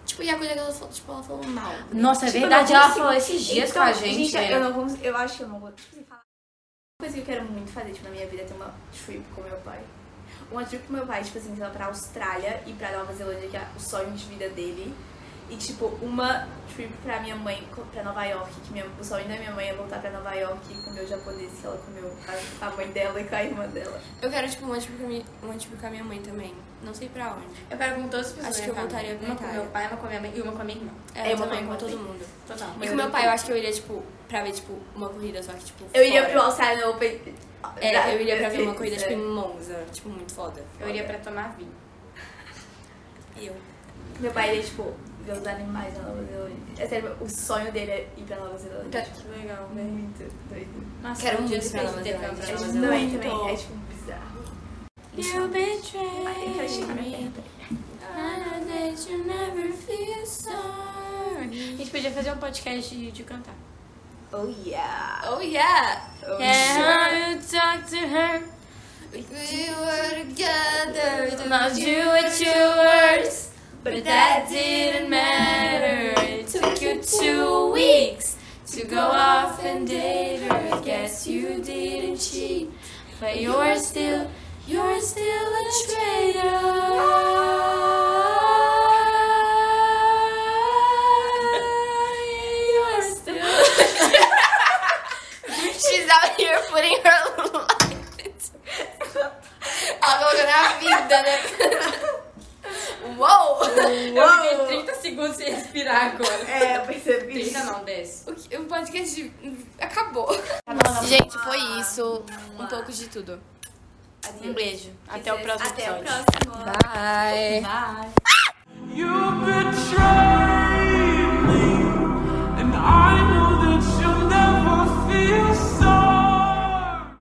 D: Tipo, e a coisa que ela falou, tipo, ela falou mal.
E: Nossa, é
B: Tipo, eu
E: verdade,
B: não
E: ela
B: consigo-
E: falou esses dias
B: Então,
E: com a gente. né?
B: eu, não cons- eu acho que eu não vou tipo, assim, falar. Uma coisa que eu quero muito fazer tipo, na minha vida é ter uma trip com meu pai. Uma trip com meu pai, tipo assim, sei lá, pra Austrália e pra Nova Zelândia, que é o sonho de vida dele. E tipo, uma trip pra minha mãe, co- pra Nova York, que minha, o sonho da minha mãe é voltar pra Nova York e comer o japonês que ela comeu com a, a mãe dela e com a irmã dela.
D: Eu quero, tipo, um antigo com a minha, um antigo com a minha mãe também. Não sei pra onde.
E: Eu quero com todas as pessoas.
D: Acho que
E: da
D: eu
E: minha
D: voltaria
E: família.
D: pra
E: Uma com
D: Itália.
E: meu pai, uma com a minha mãe e uma com a minha irmã.
D: É,
B: É,
D: eu
B: uma
D: também,
B: mãe
D: com todo
B: ontem.
D: mundo.
E: Total.
D: E com meu pai, eu acho que eu iria, tipo, pra ver, tipo, uma corrida, só que, tipo,
B: Eu iria
D: fora.
B: pro Australian Open.
D: É, eu iria pra ver uma corrida,
B: É.
D: tipo, em Monza. Tipo, muito foda.
E: Eu iria pra tomar vinho.
D: Eu.
B: Meu pai, ele, tipo, vê os animais na Nova Zelândia. É sério, o sonho dele é ir pra Nova Zelândia.
E: Tá, Que legal,
B: Muito doido.
E: Nossa,
D: Quero
E: um dia
D: muito
E: pra
D: pra
E: ter
D: Nova
E: câmera
D: Zelândia.
E: pra Nova
D: Mas
E: Zelândia.
B: Também,
D: muito.
B: também. É, tipo, bizarro.
D: You
B: Ai, eu quero chegar na minha
D: betrayed me. I know that you never feel
E: A
D: sorry.
E: gente podia fazer um podcast de, de cantar.
B: Oh, yeah.
D: Oh, yeah.
B: Oh,
E: Yeah, you talk to her.
D: We were together.
E: Now do it your words. But that didn't matter. It took you two weeks to go off and date her. Guess you didn't cheat, but you're still, you're still a traitor. You're still.
D: She's out here putting her life into Ela colocou na vida, né? Uou!
E: Eu fiquei 30 segundos sem respirar agora.
B: É, eu percebi.
E: 30 não, 10.
I: O, que- o podcast de- acabou.
D: Gente, foi isso. Um pouco de tudo.
B: Um beijo.
D: Até o próximo
B: Até o
D: episódio.
B: próximo.
D: Bye.
E: Bye.
H: You betrayed.